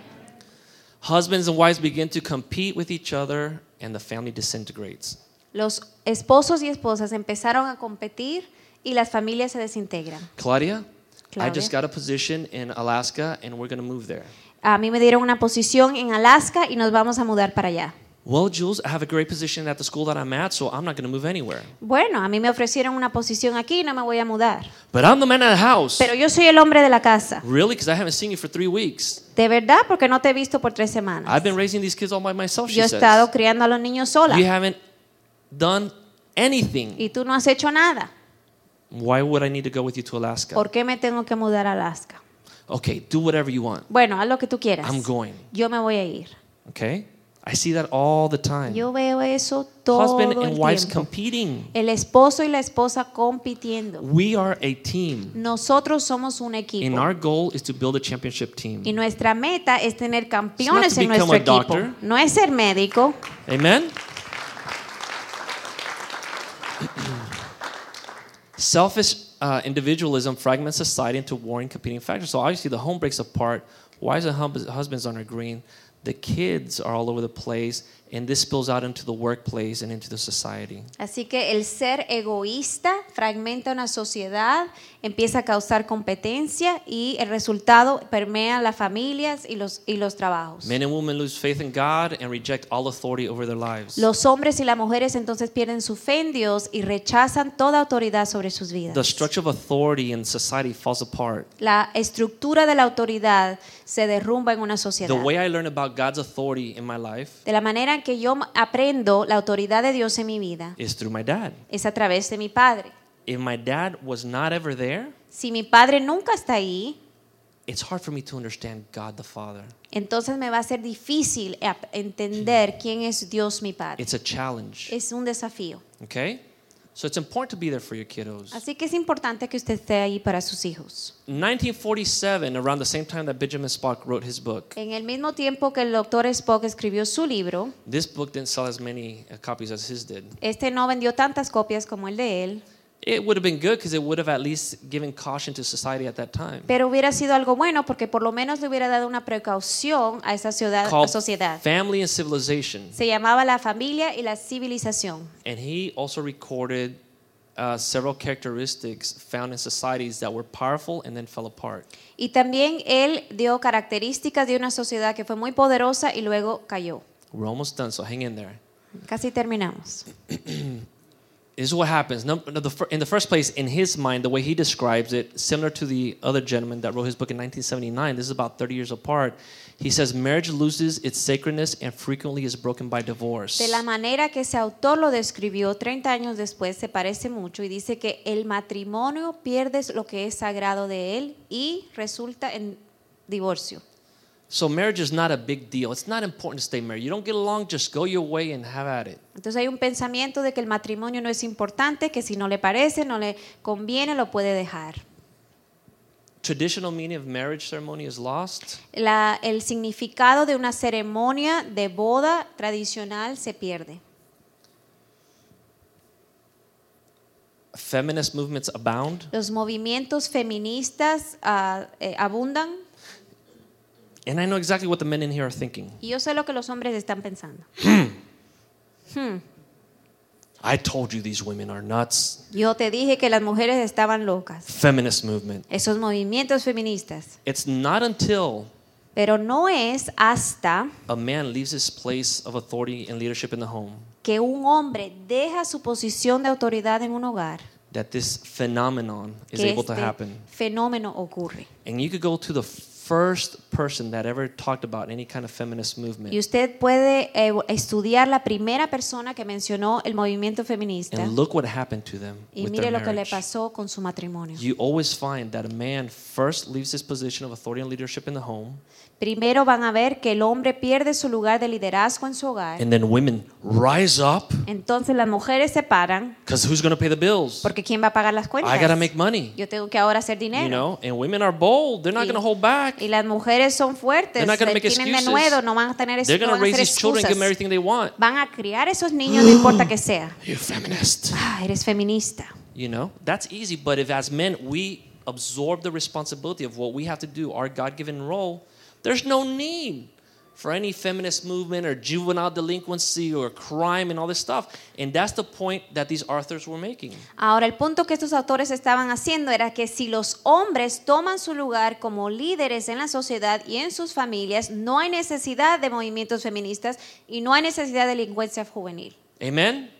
A: Husbands and wives begin to compete with each other, and the family disintegrates.
B: Los esposos y esposas empezaron a competir y las familias se desintegran.
A: Claudia, I
B: Claudia.
A: just got a position in Alaska, and we're going to move there.
B: A mí me dieron una posición en Alaska y nos vamos a mudar para allá.
A: Well, Jules, I have a great position at the school that I'm at, so I'm not going to move anywhere.
B: Bueno, a mí me ofrecieron una posición aquí y no me voy a mudar.
A: But I'm the man of the house.
B: Pero yo soy el hombre de la casa.
A: really? Because I haven't seen you for three weeks.
B: De verdad, porque no te he visto por tres semanas.
A: I've been raising these kids all by myself, she
B: Yo he
A: says.
B: estado criando a los niños
A: You
B: sola
A: haven't done anything.
B: y tú no has hecho nada.
A: Why would I need to go with you to Alaska?
B: ¿Por qué me tengo que mudar a Alaska?
A: okay, do whatever you want.
B: Bueno, haz lo que tú quieras.
A: I'm going.
B: Yo me voy a ir.
A: Okay? I see that all the time.
B: Yo veo eso todo
A: Husband
B: el
A: and wives
B: tiempo.
A: competing.
B: El esposo y la esposa compitiendo.
A: We are a team,
B: Nosotros somos un equipo.
A: and our goal is to build a championship team.
B: Y nuestra meta es tener campeones
A: to
B: en
A: become
B: nuestro
A: a
B: equipo.
A: doctor.
B: No es ser médico.
A: Amen? Selfish uh, individualism fragments society into warring competing factors. So obviously, the home breaks apart. Wives and hum- husbands aren't agreeing. The kids are all over the place, and this spills out into the workplace and into the society.
B: Así que el ser egoísta fragmenta una sociedad, empieza a causar competencia y el resultado permea las familias y los, y los trabajos.
A: Men and women lose faith in God and reject all authority over their lives.
B: Los hombres y las mujeres entonces pierden su fe en Dios y rechazan toda autoridad sobre sus vidas.
A: The structure of authority in society falls apart.
B: La estructura de la autoridad se derrumba en una sociedad.
A: The way I learn about God's authority in my life
B: De la manera en que yo aprendo la autoridad de Dios en mi vida
A: is through my dad.
B: es a través de mi padre.
A: If my dad was not ever there,
B: Si mi padre nunca está ahí,
A: it's hard for me to understand God the Father.
B: entonces me va a ser difícil ap- entender quién es Dios mi padre.
A: It's a challenge.
B: Es un desafío.
A: Okay? So it's important to be there for your kiddos.
B: Así que es importante que usted esté ahí para sus hijos.
A: 1947, around the same time that Benjamin Spock wrote his book,
B: En el mismo tiempo que el doctor Spock escribió su libro,
A: this book didn't sell as many uh, copies as his did.
B: este no vendió tantas copias como el de él,
A: It would have been good because it would have at least given caution to society at that time.
B: pero hubiera sido algo bueno porque por lo menos le hubiera dado una precaución a esa ciudad,
A: Called
B: sociedad.
A: Family and Civilization.
B: Se llamaba La familia y la civilización.
A: And he also recorded uh, several characteristics found in societies that were powerful and then fell apart.
B: Y también él dio características de una sociedad que fue muy poderosa y luego cayó.
A: We're almost done, so hang in there.
B: Casi terminamos.
A: This is what happens. Num- no, the fir- In the first place, in his mind, the way he describes it, similar to the other gentleman that wrote his book in 1979, this is about 30 years apart. He says marriage loses its sacredness and frequently is broken by divorce.
B: De la manera que ese autor lo describió 30 años después se parece mucho y dice que el matrimonio pierde lo que es sagrado de él y resulta en divorcio.
A: So marriage is not a big deal. It's not important to stay married. You don't get along, just go your way and have at it.
B: Entonces hay un pensamiento de que el matrimonio no es importante, que si no le parece, no le conviene, lo puede dejar.
A: Traditional meaning of marriage ceremony is lost.
B: La- el significado de una ceremonia de boda tradicional se pierde.
A: Feminist movements abound.
B: Los movimientos feministas ah, eh, abundan
A: And I know exactly what the men in here are thinking.
B: y yo sé lo que los hombres están pensando.
A: I told you these women are nuts.
B: Yo te dije que las mujeres estaban locas,
A: Feminist movement.
B: esos movimientos feministas.
A: It's not until
B: Pero no es hasta
A: a man leaves his place of authority and leadership in the home
B: que un hombre deja su posición de autoridad en un hogar
A: that this phenomenon is
B: que
A: able to
B: este
A: happen.
B: fenómeno ocurre.
A: And you could go to the first person that ever talked about any kind of feminist movement
B: Y usted puede eh, estudiar la primera persona que mencionó el movimiento feminista
A: and look what happened to them
B: y
A: with
B: mire
A: their
B: lo que le
A: marriage.
B: pasó con su matrimonio.
A: You always find that a man first leaves his position of authority and leadership in the home,
B: Primero van a ver que el hombre pierde su lugar de liderazgo en su hogar.
A: and then women rise up
B: Entonces las mujeres se paran
A: because who's going to pay the bills?
B: porque ¿quién va a pagar las cuentas?
A: I gotta make money.
B: Yo tengo que ahora hacer dinero.
A: You know, and women are bold. They're not
B: Y-
A: going to hold back.
B: Y las mujeres son fuertes,
A: They're not gonna
B: le
A: make
B: tienen
A: excuses.
B: menudo, no van a tener
A: They're
B: no
A: going
B: van
A: to
B: a
A: raise
B: hacer
A: these children, give them
B: excusas.
A: everything they want.
B: Van a criar esos niños, no importa que sea.
A: You feminist.
B: Ah, eres feminista.
A: You know, that's easy. But if as men we absorb the responsibility of what we have to do, our God given role, there's no need for any feminist movement or juvenile delinquency or crime and all this stuff. And that's the point that these authors were making.
B: Ahora, el punto que estos autores estaban haciendo era que si los hombres toman su lugar como líderes en la sociedad y en sus familias, no hay necesidad de movimientos feministas y no hay necesidad de delincuencia juvenil.
A: Amen?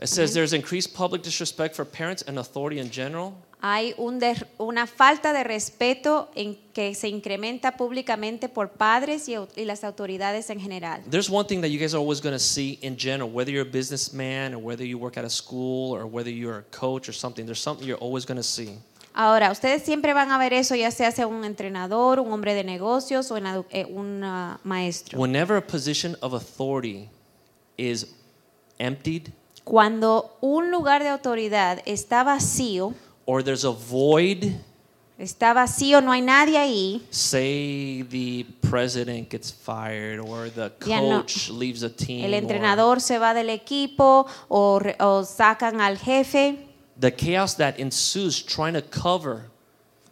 A: It says there's increased public disrespect for parents and authority in general.
B: Hay un des- una falta de respeto en que se incrementa públicamente por padres y, au- y las autoridades en general.
A: There's one thing that you guys are always going to see in general, whether you're a businessman or whether you work at a school or whether you're a coach or something, there's something you're always going to see.
B: Ahora, ustedes siempre van a ver eso, ya sea sea un entrenador, un hombre de negocios o en la- eh, un ah, maestro.
A: Whenever a position of authority is emptied
B: Cuando un lugar de autoridad está vacío,
A: or there's a void,
B: está vacío, no hay nadie ahí,
A: say the president gets fired or the
B: Ya no.
A: coach leaves a team,
B: el
A: or
B: entrenador se va del equipo o, re- o sacan al jefe,
A: the chaos that ensues trying to cover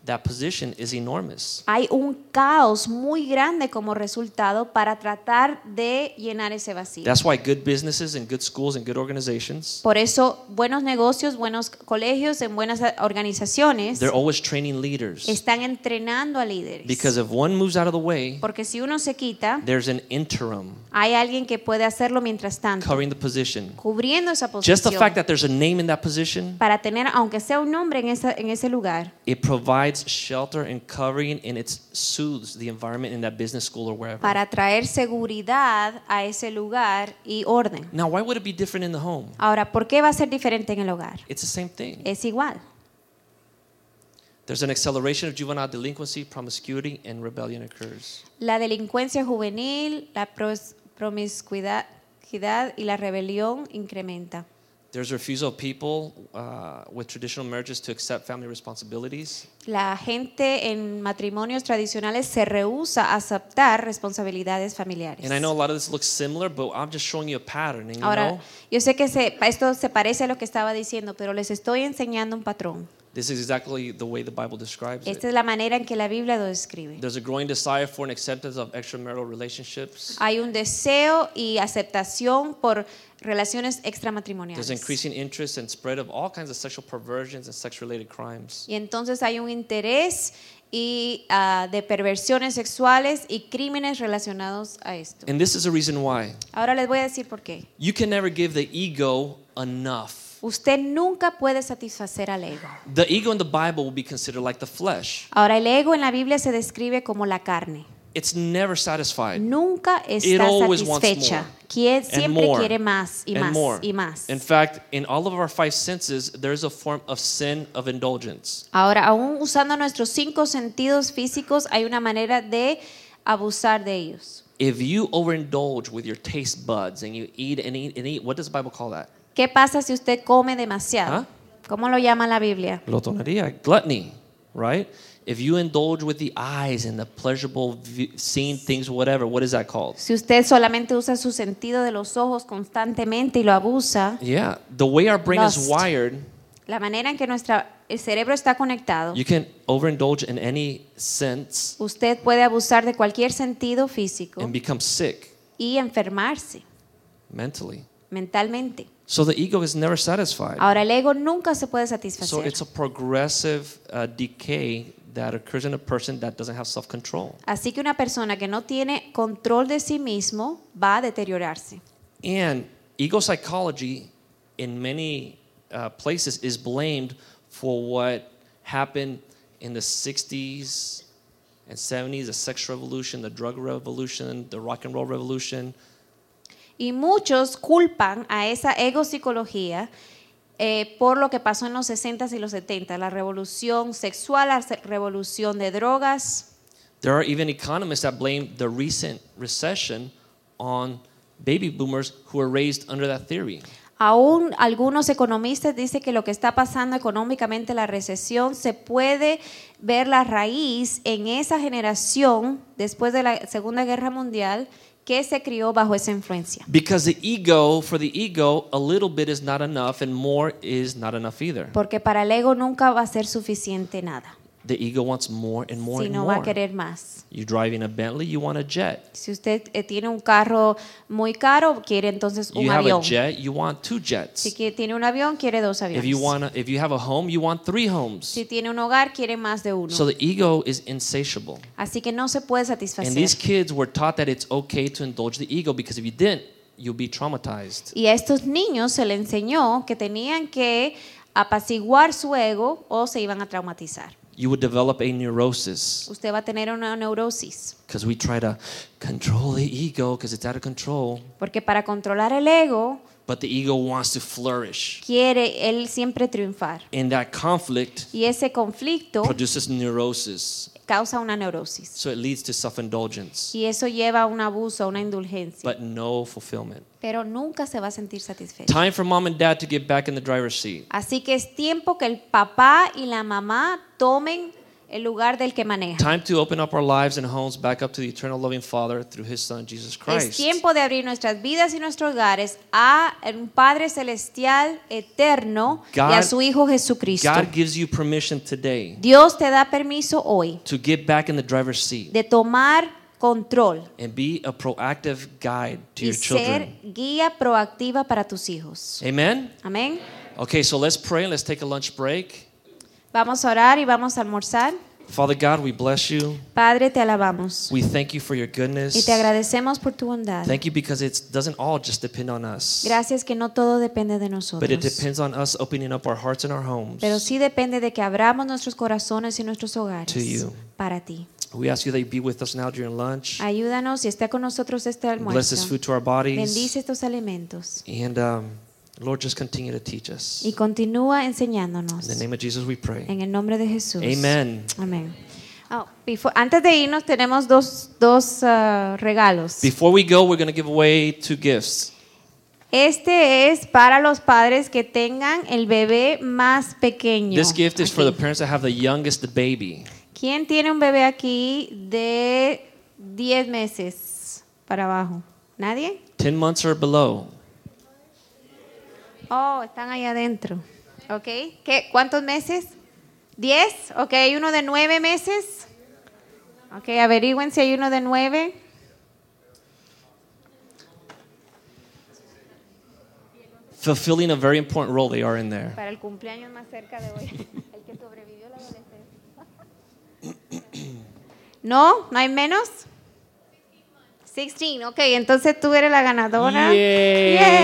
A: that position is enormous.
B: hay un caos muy grande como resultado para tratar de llenar ese vacío.
A: That's why good businesses and good schools and good organizations,
B: Por eso, buenos negocios, buenos colegios, en buenas eh, organizaciones,
A: they're always training leaders.
B: están entrenando a líderes.
A: Because if one moves out of the way,
B: Porque si uno se quita,
A: there's an interim
B: hay alguien que puede hacerlo mientras tanto,
A: covering the position.
B: cubriendo esa
A: Just the fact
B: posición.
A: that there's a name in that position,
B: Para tener, aunque sea un hombre en, esa- en ese lugar,
A: it provides shelter and covering and it soothes the environment in that business school or wherever.
B: para traer seguridad a ese lugar y orden.
A: Now, why would it be different in the home?
B: Ahora, ¿por qué va a ser diferente en el hogar?
A: It's the same thing.
B: Es igual.
A: There's an acceleration of juvenile delinquency, promiscuity, and rebellion occurs.
B: La delincuencia juvenil, la pros- promiscuidad y la rebelión incrementa.
A: There's refusal of people uh, with traditional marriages to accept family responsibilities.
B: La gente en matrimonios tradicionales se rehúsa a aceptar responsabilidades familiares.
A: And I know a lot of this looks similar, but I'm just showing you a pattern. And you
B: Ahora,
A: know,
B: yo sé que se- esto se parece a lo que estaba diciendo, pero les estoy enseñando un patrón.
A: this is exactly the way the Bible describes
B: Esta
A: it.
B: es la manera en que la Biblia lo describe.
A: There's a growing desire for an acceptance of extramarital relationships.
B: Hay un deseo y aceptación por relaciones
A: There's
B: extramatrimoniales.
A: increasing interest and spread of all kinds of sexual perversions and sex-related crimes.
B: Y entonces hay un interés y, ah, de perversiones sexuales y crímenes relacionados a esto.
A: And this is a reason why
B: Ahora les voy a decir por qué.
A: you can never give the ego enough.
B: Usted nunca puede satisfacer al ego.
A: The ego in the Bible will be considered like the flesh.
B: Ahora, el ego en la Biblia se describe como la carne.
A: It's never satisfied.
B: Nunca
A: It
B: está
A: always wants more.
B: satisfecha. Quie-
A: and
B: siempre
A: more,
B: quiere más y
A: and
B: más
A: more.
B: y más.
A: In fact, in all of our five senses, there's a form of sin of indulgence.
B: Ahora, aún usando nuestros cinco sentidos físicos, hay una manera de abusar de ellos.
A: If you overindulge with your taste buds and you eat and eat and eat, what does the Bible call that?
B: ¿Qué pasa si usted come
A: ¿Ah?
B: demasiado? ¿Cómo lo llama la Biblia?
A: Glotonería, gluttony, right? If you indulge with the eyes and the pleasurable view, seeing things, whatever, what is that called?
B: Si usted solamente usa su sentido de los ojos constantemente y lo abusa,
A: Yeah, the way our brain is
B: Lust.
A: wired,
B: la manera en que nuestro cerebro está conectado,
A: you can overindulge in any sense
B: usted puede abusar de cualquier sentido físico
A: and become sick
B: y enfermarse
A: mentally.
B: mentalmente.
A: So the ego is never satisfied.
B: Ahora, el ego nunca se puede
A: So
B: satisfacer.
A: it's a progressive uh, decay that occurs in a person that doesn't have self control.
B: Así que una persona que no tiene control de sí mismo va a deteriorarse.
A: And ego psychology, in many uh, places, is blamed for what happened in the 60s and 70s the sex revolution, the drug revolution, the rock and roll revolution.
B: Y muchos culpan a esa egopsicología eh, por lo que pasó en los 60s y los 70s, la revolución sexual, la se- revolución de drogas.
A: There are even economists that blame the recent recession on baby boomers who were raised under that theory.
B: Aún algunos economistas dicen que lo que está pasando económicamente, la recesión, se puede ver la raíz en esa generación después de la Segunda Guerra Mundial que se crió bajo esa influencia.
A: Because the ego, for the ego, a little bit is not enough and more is not enough either.
B: Porque para el ego nunca va a ser suficiente nada,
A: The ego wants more and more and
B: sino va a
A: more.
B: querer más.
A: You're driving a Bentley, you want a jet.
B: Si usted eh, tiene un carro muy caro, quiere entonces un
A: you have
B: avión.
A: a jet, you want two jets.
B: Si que- tiene un avión, quiere dos
A: If
B: aviones.
A: you want, a, if you have a home, you want three homes.
B: si tiene un hogar, quiere más de uno.
A: so the ego is insatiable.
B: Así que no se puede
A: And these
B: satisfacer.
A: kids were taught that it's okay to indulge the ego because if you didn't, you'll be traumatized.
B: Y a estos niños se le enseñó que tenían que apaciguar su ego o se iban a traumatizar.
A: You would develop a neurosis
B: Usted va a tener una neurosis.
A: because we try to control the ego because it's out of control.
B: Porque para controlar el ego,
A: But but the ego wants to flourish.
B: Quiere él siempre triunfar.
A: And that conflict
B: Y ese conflicto
A: produces neurosis.
B: causa una neurosis.
A: So it leads to self indulgence,
B: Y eso lleva a un abuso, a una indulgencia.
A: but no fulfillment.
B: Pero nunca se va a sentir satisfecho.
A: Time for mom and dad to get back in the driver's seat.
B: Así que es tiempo que el papá y la mamá tomen el lugar del que maneja.
A: Time to open up our lives and homes back up to the eternal loving Father through His Son, Jesus
B: Es
A: Christ.
B: tiempo de abrir nuestras vidas y nuestros hogares a un Padre Celestial eterno y a
A: God-
B: su Hijo Jesucristo.
A: God gives you permission today
B: Dios te da permiso hoy
A: to get back in the driver's seat
B: de tomar control
A: and be a proactive guide to
B: y
A: your
B: ser
A: children.
B: guía proactiva para tus hijos.
A: Amen?
B: Amén.
A: Okay, so let's pray and let's take a lunch break.
B: Vamos a orar y vamos a almorzar.
A: Father God, we bless you.
B: Padre, te alabamos
A: We thank you for your goodness.
B: y te agradecemos por tu bondad.
A: Thank you because it doesn't all just depend on us,
B: Gracias que no todo depende de
A: but it
B: nosotros.
A: depends on us opening up our hearts and our homes.
B: Pero sí depende de que abramos nuestros corazones y nuestros
A: To
B: hogares
A: you.
B: para ti.
A: We ask you that you be with us now during lunch.
B: Ayúdanos y está con nosotros este
A: Bless this
B: almuerzo.
A: food to our bodies.
B: Oh Bendice estos alimentos
A: And um, Lord, just continue to teach us.
B: y continúa
A: In the
B: enseñándonos.
A: name of Jesus, we pray.
B: En el nombre de Jesús.
A: Amen.
B: Amén. Oh, before- antes de irnos tenemos dos, dos ah, regalos.
A: Before we go, we're going to give away two gifts.
B: Este es para los padres que tengan el bebé más pequeño.
A: This gift is for the
B: aquí.
A: parents that have the youngest baby.
B: ¿Quién tiene un bebé aquí de 10 meses para abajo? ¿Nadie?
A: 10 months or below.
B: Oh, están ahí adentro. ¿Ok? ¿Qué, ¿Cuántos meses? ¿10? ¿Ok? ¿Hay uno de 9 meses? Ok, averigüen si hay uno de 9.
A: Fulfilling a very important role they are in there.
B: Para el cumpleaños más cerca de hoy, el que sobrevivió la adolescencia. ¿No? ¿No hay menos? 16, ok, entonces tú eres la ganadora.
A: Yay.
B: Yay.